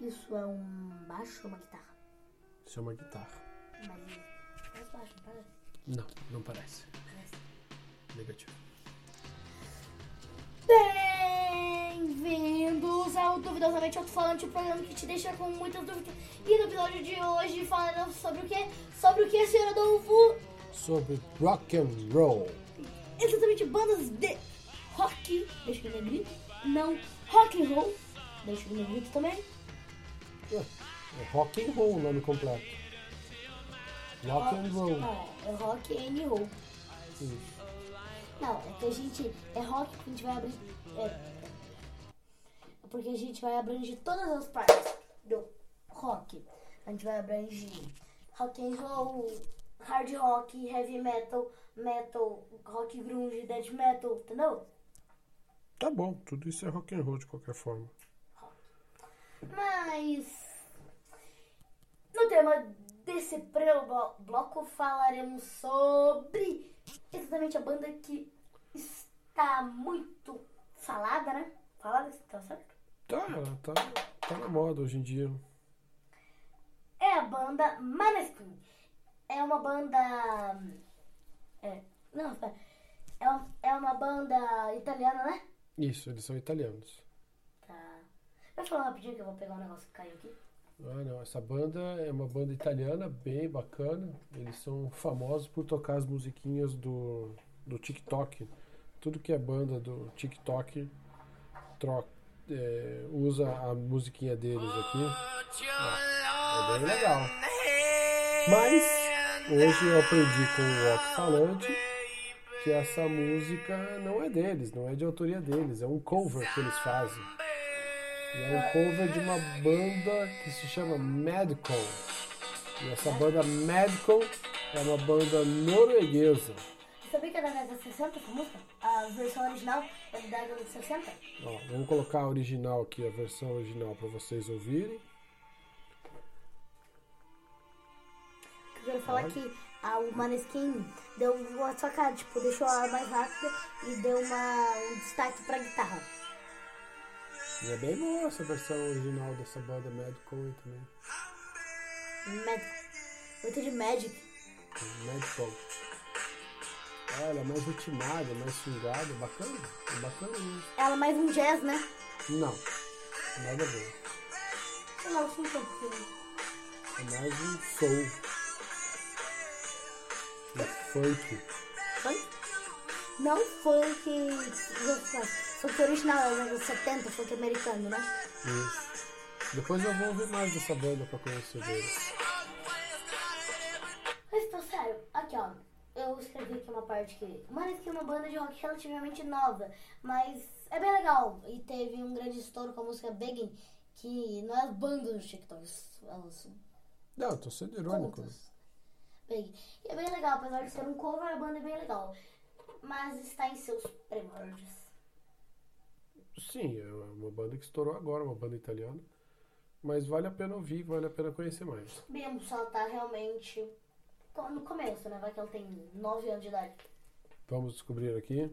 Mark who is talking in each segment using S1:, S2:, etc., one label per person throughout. S1: Isso é um baixo ou uma guitarra?
S2: Isso é uma guitarra.
S1: Mas é baixo, não parece?
S2: Não, não parece. Negativo.
S1: Bem-vindos ao Duvidosamente Autofalante, o programa que te deixa com muitas dúvidas. E no episódio de hoje falando sobre o que? Sobre o que, senhor Adolfo?
S2: Sobre rock and roll.
S1: Exatamente, bandas de rock, deixa eu negrito, não, rock and roll, deixa eu negrito também.
S2: Ué, É rock and roll o nome completo. Rock and roll.
S1: Ah, é rock and roll.
S2: Isso.
S1: Não, é que a gente. É rock que a gente vai abrir. É, é porque a gente vai abranger todas as partes do rock. A gente vai abranger rock and roll, hard rock, heavy metal, metal, rock grunge, death metal, entendeu?
S2: Tá bom, tudo isso é rock and roll de qualquer forma.
S1: Mas. No tema desse primeiro blo- bloco falaremos sobre exatamente a banda que está muito falada, né? Falada, tá certo?
S2: Tá, tá, tá na moda hoje em dia.
S1: É a banda Maneskin. É uma banda. É. Não, espera. É, um- é uma banda italiana, né?
S2: Isso, eles são italianos.
S1: Tá. Vai falar rapidinho que eu vou pegar um negócio que caiu aqui.
S2: Ah, não, essa banda é uma banda italiana bem bacana. Eles são famosos por tocar as musiquinhas do, do TikTok. Tudo que é banda do TikTok tro- é, usa a musiquinha deles aqui. Ah, é bem legal. Mas hoje eu aprendi com o Rock Falante que essa música não é deles, não é de autoria deles, é um cover que eles fazem. E é um cover de uma banda que se chama Medical. E essa banda Medical é uma banda norueguesa.
S1: Você sabia que é da década de 60 essa música? A versão original é da década de 60?
S2: Ó, vamos colocar a original aqui, a versão original para vocês ouvirem.
S1: Eu quero falar que a, o Maneskin deu uma sacada, tipo, deixou ela mais rápida e deu uma, um destaque pra guitarra.
S2: E é bem boa essa versão original dessa banda Medical aí também.
S1: Magic. Eu entendi Magic.
S2: Medical. Ah, Ela é mais ritmada, mais swingada, é bacana. É bacana mesmo.
S1: Ela é mais um jazz, né?
S2: Não, nada a ver.
S1: Sei lá, eu sou um pouco.
S2: É mais um soul. Um funk.
S1: Funk? Não funk. Funk original, é dos anos 70, funk americano, né?
S2: Isso. Depois eu vou ouvir mais dessa banda pra conhecer deles.
S1: Mas, então, sério, aqui ó, eu escrevi aqui uma parte que. Maneskin é uma banda de rock relativamente nova, mas é bem legal. E teve um grande estouro com a música Begging, que não é as bandas do TikTok, é os
S2: Não, eu tô sendo irônico.
S1: contos. Begging. E é bem legal, apesar de ser um cover, a banda é bem legal. Mas está em seus primórdios.
S2: Sim, é uma banda que estourou agora, uma banda italiana. Mas vale a pena ouvir, vale a pena conhecer mais.
S1: Mesmo se ela tá realmente co- no começo, né? Vai que ela tem 9 anos de idade.
S2: Vamos descobrir aqui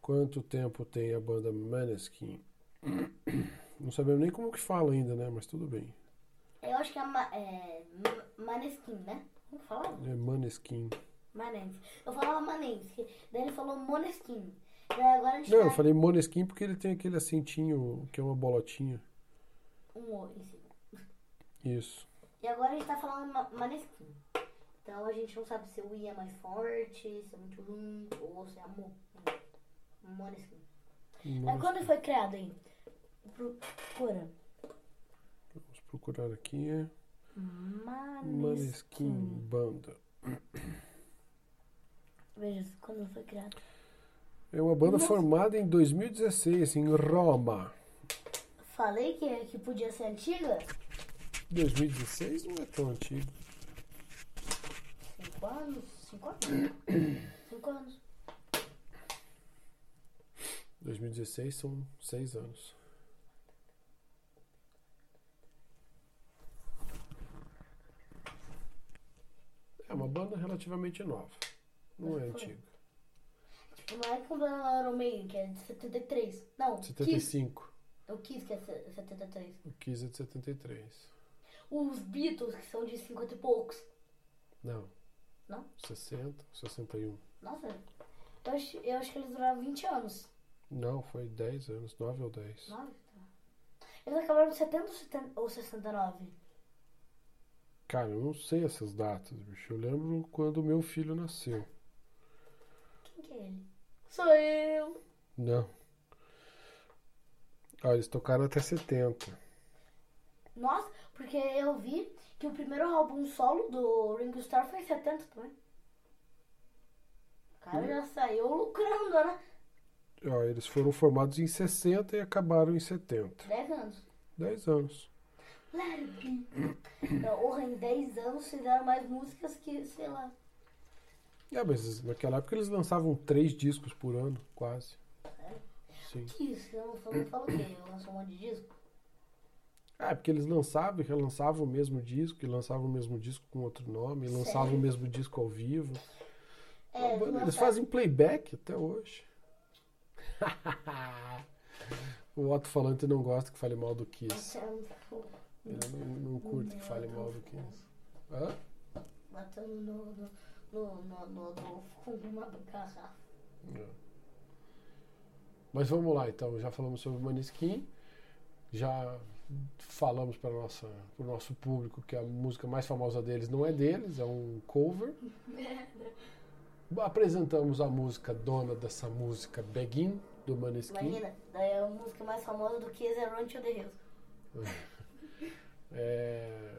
S2: quanto tempo tem a banda Maneskin. Não sabemos nem como que fala ainda, né? Mas tudo bem.
S1: Eu acho que é, ma é Ma- Maneskin, né? Como falar?
S2: É Maneskin.
S1: Manense. Eu falava Manense. Daí ele falou Moneskin. Daí agora a gente
S2: Não, eu
S1: tá
S2: falei Maneskin porque ele tem aquele acentinho que é uma bolotinha.
S1: um O em cima.
S2: Isso.
S1: E agora a gente tá falando ma Maneskin. Então a gente não sabe se o I é mais forte, se é muito junto, ou se é amor. Moneskin. É
S2: Maneskin.
S1: quando foi criado aí? Procura.
S2: Vamos procurar aqui.
S1: Maneskin.
S2: Maneskin Banda.
S1: Veja quando foi criado.
S2: É uma banda formada em 2016 em Roma.
S1: Falei que, que podia ser antiga?
S2: 2016 não é tão antigo.
S1: Cinco anos? Cinco anos? Cinco anos.
S2: 2016 são seis anos. É uma banda relativamente nova. Não é antiga.
S1: Tipo, não é como a Iron Maiden, que é de 73. Não, Kiss.
S2: 75.
S1: Eu quis que é se- 73.
S2: O Kiss é de 73.
S1: Os Beatles, que são de 50 e poucos.
S2: Não.
S1: Não?
S2: 60, 61.
S1: Nossa, eu acho, eu acho que eles duraram 20 anos.
S2: Não, foi 10 anos, 9 ou 10.
S1: Nossa. Eles acabaram em 70 ou 70 ou 69?
S2: Cara, eu não sei essas datas, bicho. Eu lembro quando meu filho nasceu.
S1: Quem que é ele? Sou eu!
S2: Não. Ah, eles tocaram até 70.
S1: Nossa, porque eu vi que o primeiro álbum solo do Ringo Starr foi em 70 também. O cara já saiu lucrando, né?
S2: Ah, eles foram formados em 60 e acabaram em 70.
S1: 10 anos.
S2: 10 anos.
S1: Let it be. Não, Porra, em 10 anos fizeram mais músicas que, sei lá.
S2: É, mas naquela época eles lançavam três discos por ano, quase. Sim.
S1: Que isso? Eu não falo, não falo o quê? Eu lanço um monte de disco?
S2: Ah, é porque eles lançavam e relançavam o mesmo disco, e lançavam o mesmo disco com outro nome, e lançavam o mesmo disco ao vivo.
S1: É,
S2: Mano, eles
S1: lança-
S2: fazem playback até hoje. o Otto Falante não gosta que fale mal do Kiss.
S1: tipo,
S2: Ele não, não curte que fale mal do Kiss. Hã?
S1: Matando no. no. no. no. no. Adolfo com uma garrafa.
S2: É. Mas vamos lá então, já falamos sobre o Maneskin, já falamos para o nosso público que a música mais famosa deles não é deles, é um cover. Apresentamos a música dona dessa música, Begin, do Maneskin.
S1: Imagina, daí a música mais famosa do que é Run to the Hills.
S2: É,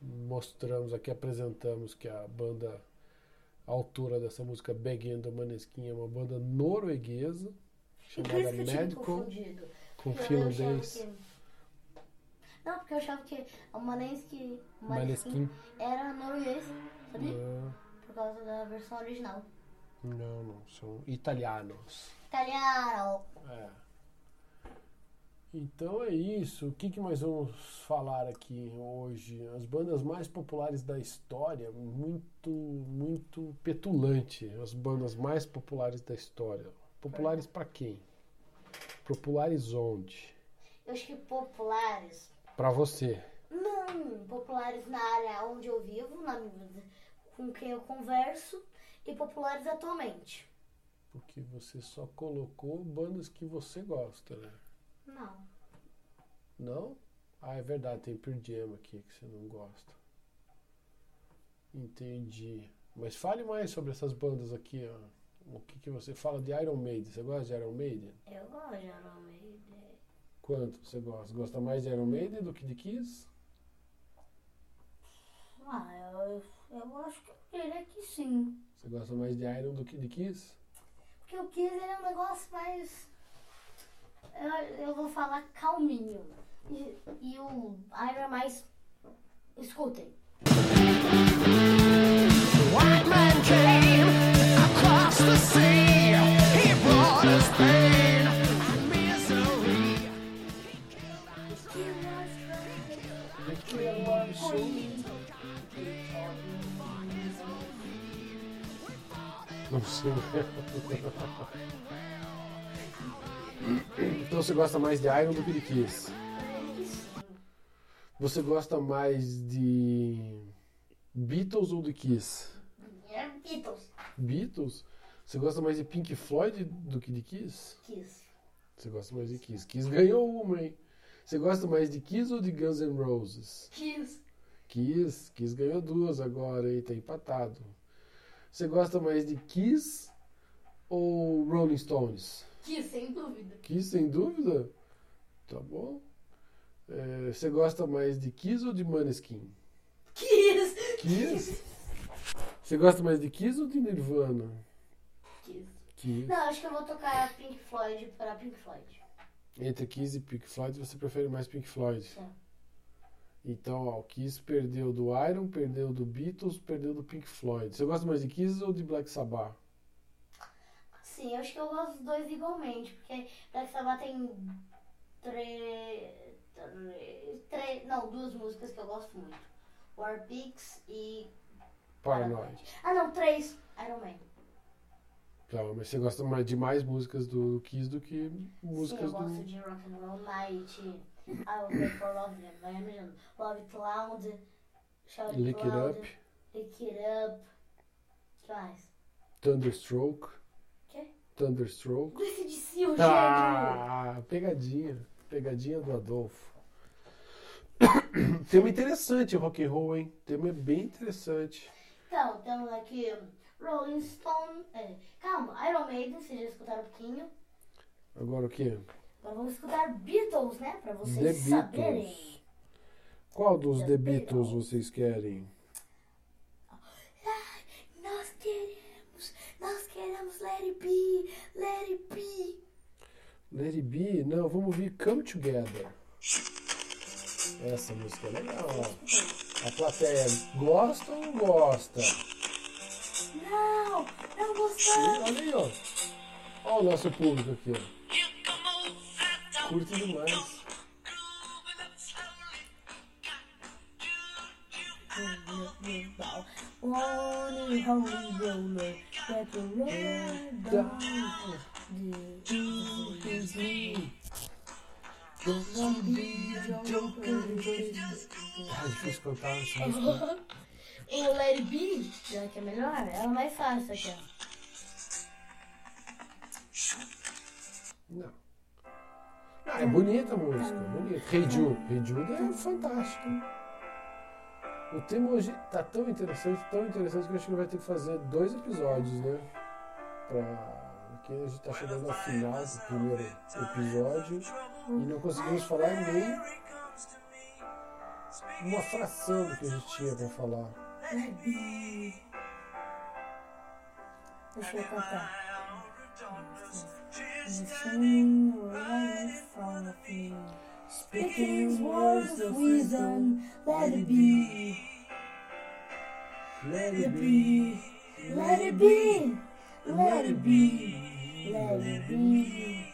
S2: mostramos aqui, apresentamos que a banda, a autora dessa música Begin do Maneskin é uma banda norueguesa
S1: E por isso
S2: chamada
S1: que eu tive
S2: Medical
S1: confundido.
S2: com
S1: Porque eu achava
S2: finlandês.
S1: que- Não, porque eu achava que a Maneskin,
S2: Maneskin.
S1: era norueguês, sabia?
S2: Não,
S1: Por causa da versão original.
S2: não, não, são italianos.
S1: Italiano!
S2: É. Então é isso. O que, que mais vamos falar aqui hoje? As bandas mais populares da história, muito, muito petulante. As bandas mais populares da história. Populares pra quem? Populares onde?
S1: Eu acho que populares.
S2: Pra você.
S1: Não, populares na área onde eu vivo, na minha- com quem eu converso, e populares atualmente.
S2: Porque você só colocou bandas que você gosta, né?
S1: Não.
S2: Não? Ah, é verdade, tem Pearl Jam aqui que você não gosta. Entendi. Mas fale mais sobre essas bandas aqui, ó. O que que você fala de Iron Maiden? Você gosta de Iron Maiden?
S1: Eu gosto de Iron Maiden.
S2: Quanto você gosta? Gosta mais de Iron Maiden do que de Kiss?
S1: Ah, eu, eu acho que eu diria que sim.
S2: Você gosta mais de Iron do que de Kiss?
S1: Porque o Kiss ele é um negócio mais. Eu, eu vou falar calminho. E, e o Iron é mais. Escutem.
S3: White man came across the sea. He brought us pain and misery.
S2: Não sei. Então você gosta mais de Iron do que de Kiss? Você gosta mais de Beatles ou de Kiss?
S1: É Beatles.
S2: Beatles? Você gosta mais de Pink Floyd do que de Kiss?
S1: Kiss.
S2: Você gosta mais de Kiss. Kiss ganhou uma, hein? Você gosta mais de Kiss ou de Guns N' Roses?
S1: Kiss.
S2: Kiss, Kiss ganhou duas agora, hein? Tá empatado. Você gosta mais de Kiss ou Rolling Stones?
S1: Kiss, sem dúvida.
S2: Kiss, sem dúvida. Tá bom. É, você gosta mais de Kiss ou de Maneskin?
S1: Kiss.
S2: Kiss? Você gosta mais de Kiss ou de Nirvana?
S1: Kiss.
S2: Que
S1: Não, acho que eu vou tocar Pink Floyd para Pink Floyd.
S2: entre Kiss e Pink Floyd, você prefere mais Pink Floyd?
S1: Sim.
S2: Então, ó, o Kiss perdeu do Iron, perdeu do Beatles, perdeu do Pink Floyd. Você gosta mais de Kiss ou de Black Sabbath?
S1: Sim, eu acho que eu gosto dos dois igualmente, porque Black Sabbath tem três, três, não, duas músicas que eu gosto muito. War Pigs e...
S2: Paranoid.
S1: Ah não, três, Iron Man.
S2: Tá, mas você gosta mais de mais músicas do Kiss do que
S1: Sim, eu
S2: músicas
S1: gosto
S2: do.
S1: de Rock and Roll Night, I Will Wait for Love, Revenge, Love It Loud, Shout It
S2: Lick It
S1: Loud,
S2: Up,
S1: Lick It Up, O que mais?
S2: Thunderstroke.
S1: Quê?
S2: Thunderstroke.
S1: Glice de si, o
S2: Ah, pegadinha. Pegadinha do Adolfo. Tema interessante, rock and roll, hein? Tema é bem interessante.
S1: Então, temos aqui Rolling Stone, é, calma, Iron Maiden, vocês já escutaram um pouquinho.
S2: Agora o que?
S1: Agora vamos escutar Beatles, né, pra vocês
S2: The
S1: saberem.
S2: Beatles. Qual dos
S1: The
S2: The Beatles
S1: Beatles.
S2: vocês querem?
S1: Nós queremos, nós queremos Let It Be, Let It Be.
S2: Let It Be? Não, vamos ouvir Come Together. Essa música é legal, ó. A plateia gosta ou não gosta?
S1: Não, não gostamos.
S2: Ih, Olha aí, ó. Olha o nosso público aqui, ó. Curte demais.
S1: Only holy roller, let the road down.
S2: Ah, difícil cantar essa música.
S1: E o Let It Be, já que é melhor, ela é mais fácil aqui, ó.
S2: Não. Ah, é bonita a música, é bonita. Hey Jude. Hey Jude é fantástico. O tema hoje tá tão interessante, tão interessante que eu acho que vai ter que fazer dois episódios, né? Pra... Porque a gente tá chegando ao final do primeiro episódio e não conseguimos falar nem uma fração do que a gente tinha pra falar.
S1: Deixa eu cantar. Sing right from me. Speaking words of wisdom, let it be,
S2: Let it be,
S1: let it be,
S2: let it be,
S1: let it be.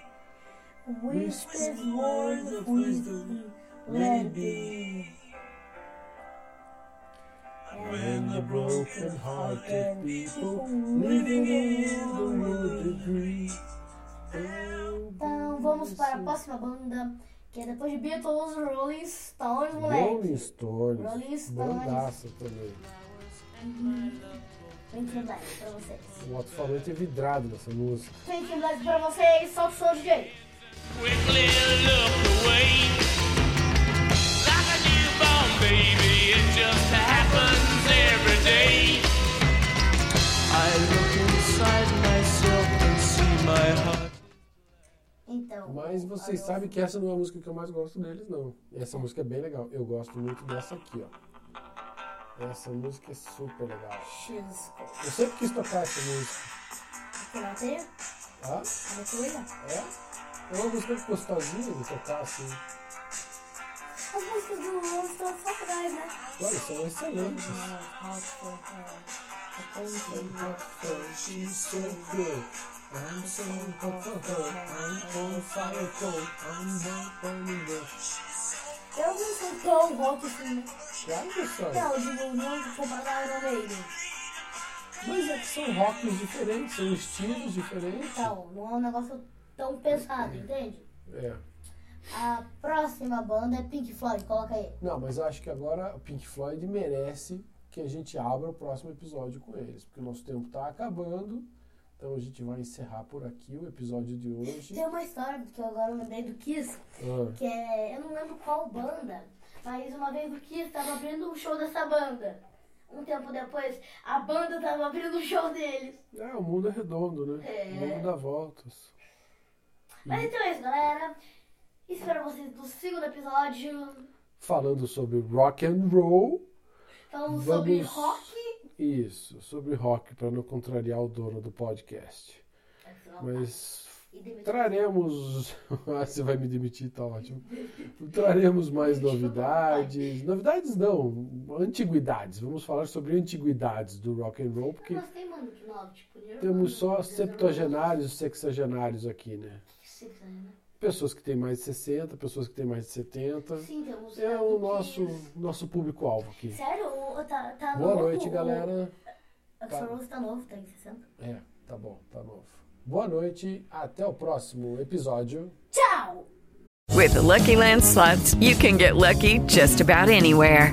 S1: Whispered words of wisdom, let it be.
S2: When the broken hearted people living in the world agree.
S1: Então vamos para a próxima banda, que é depois de Beatles, Rolling Stones, moleque.
S2: Rolling Stones.
S1: Rolling Stones.
S2: Bandaça também.
S1: Pink and Black pra vocês.
S2: O Otto falou que é vidrado nessa música.
S1: Pink and Black pra vocês, solta o som, DJ.
S4: Quickly look away. Like a newborn baby, it just happens every day. I look inside myself and see my heart.
S1: Então.
S2: Mas vocês sabem que essa não é a música que eu mais gosto deles, não. Essa música é bem legal. Eu gosto muito dessa aqui, ó. Essa música é super legal.
S1: Jesus,
S2: Eu sempre quis tocar essa música,
S1: que não tem?
S2: tá?
S1: As
S2: É, é uma música gostosinha de tocar, assim.
S1: músicas do Rolling estão só atrás, né?
S2: Olha, são excelentes.
S1: Eu não sou tão rock assim.
S2: Claro que são.
S1: Não, digo, não comparar no meio.
S2: Mas é que são rocks diferentes, são estilos diferentes.
S1: Então, não é um negócio tão pesado, entende?
S2: É.
S1: A próxima banda é Pink Floyd, coloca aí.
S2: Não, mas eu acho que agora o Pink Floyd merece que a gente abra o próximo episódio com eles, porque o nosso tempo tá acabando. Então a gente vai encerrar por aqui o episódio de hoje.
S1: Tem uma história que eu agora lembrei do Kiss,
S2: Ah.
S1: que é. Eu não lembro qual banda, mas uma vez o Kiss tava abrindo um show dessa banda. Um tempo depois, a banda tava abrindo o show deles.
S2: É, o mundo é redondo, né?
S1: É.
S2: O mundo dá voltas.
S1: Mas
S2: Uhum.
S1: então é isso, galera. Espero vocês no segundo episódio.
S2: Falando sobre rock and roll.
S1: Falando sobre
S2: Vamos.
S1: rock.
S2: Isso, sobre rock, para não contrariar o dono do podcast. Mas traremos. Ah, você vai me demitir, tá ótimo. Traremos mais novidades. Novidades não, antiguidades. Vamos falar sobre antiguidades do rock and roll, porque
S1: Eu gostei, mano, de nove, tipo, Nirvana,
S2: temos
S1: Guns
S2: só
S1: N' Roses,
S2: septuagenários, sexagenários aqui, né?
S1: sexagenário.
S2: Pessoas que têm mais de 60, pessoas que têm mais de 70.
S1: Sim, temos
S2: É o
S1: Adolf
S2: nosso,
S1: Hitler.
S2: nosso público-alvo aqui.
S1: Sério? O- o- Tá, tá
S2: Boa
S1: novo,
S2: noite,
S1: o-
S2: galera.
S1: O Sonoso tá novo, tá em 60.
S2: É, tá bom, tá novo. Boa noite, até o próximo episódio.
S1: Tchau!
S5: With the Lucky Land slots, you can get lucky just about anywhere.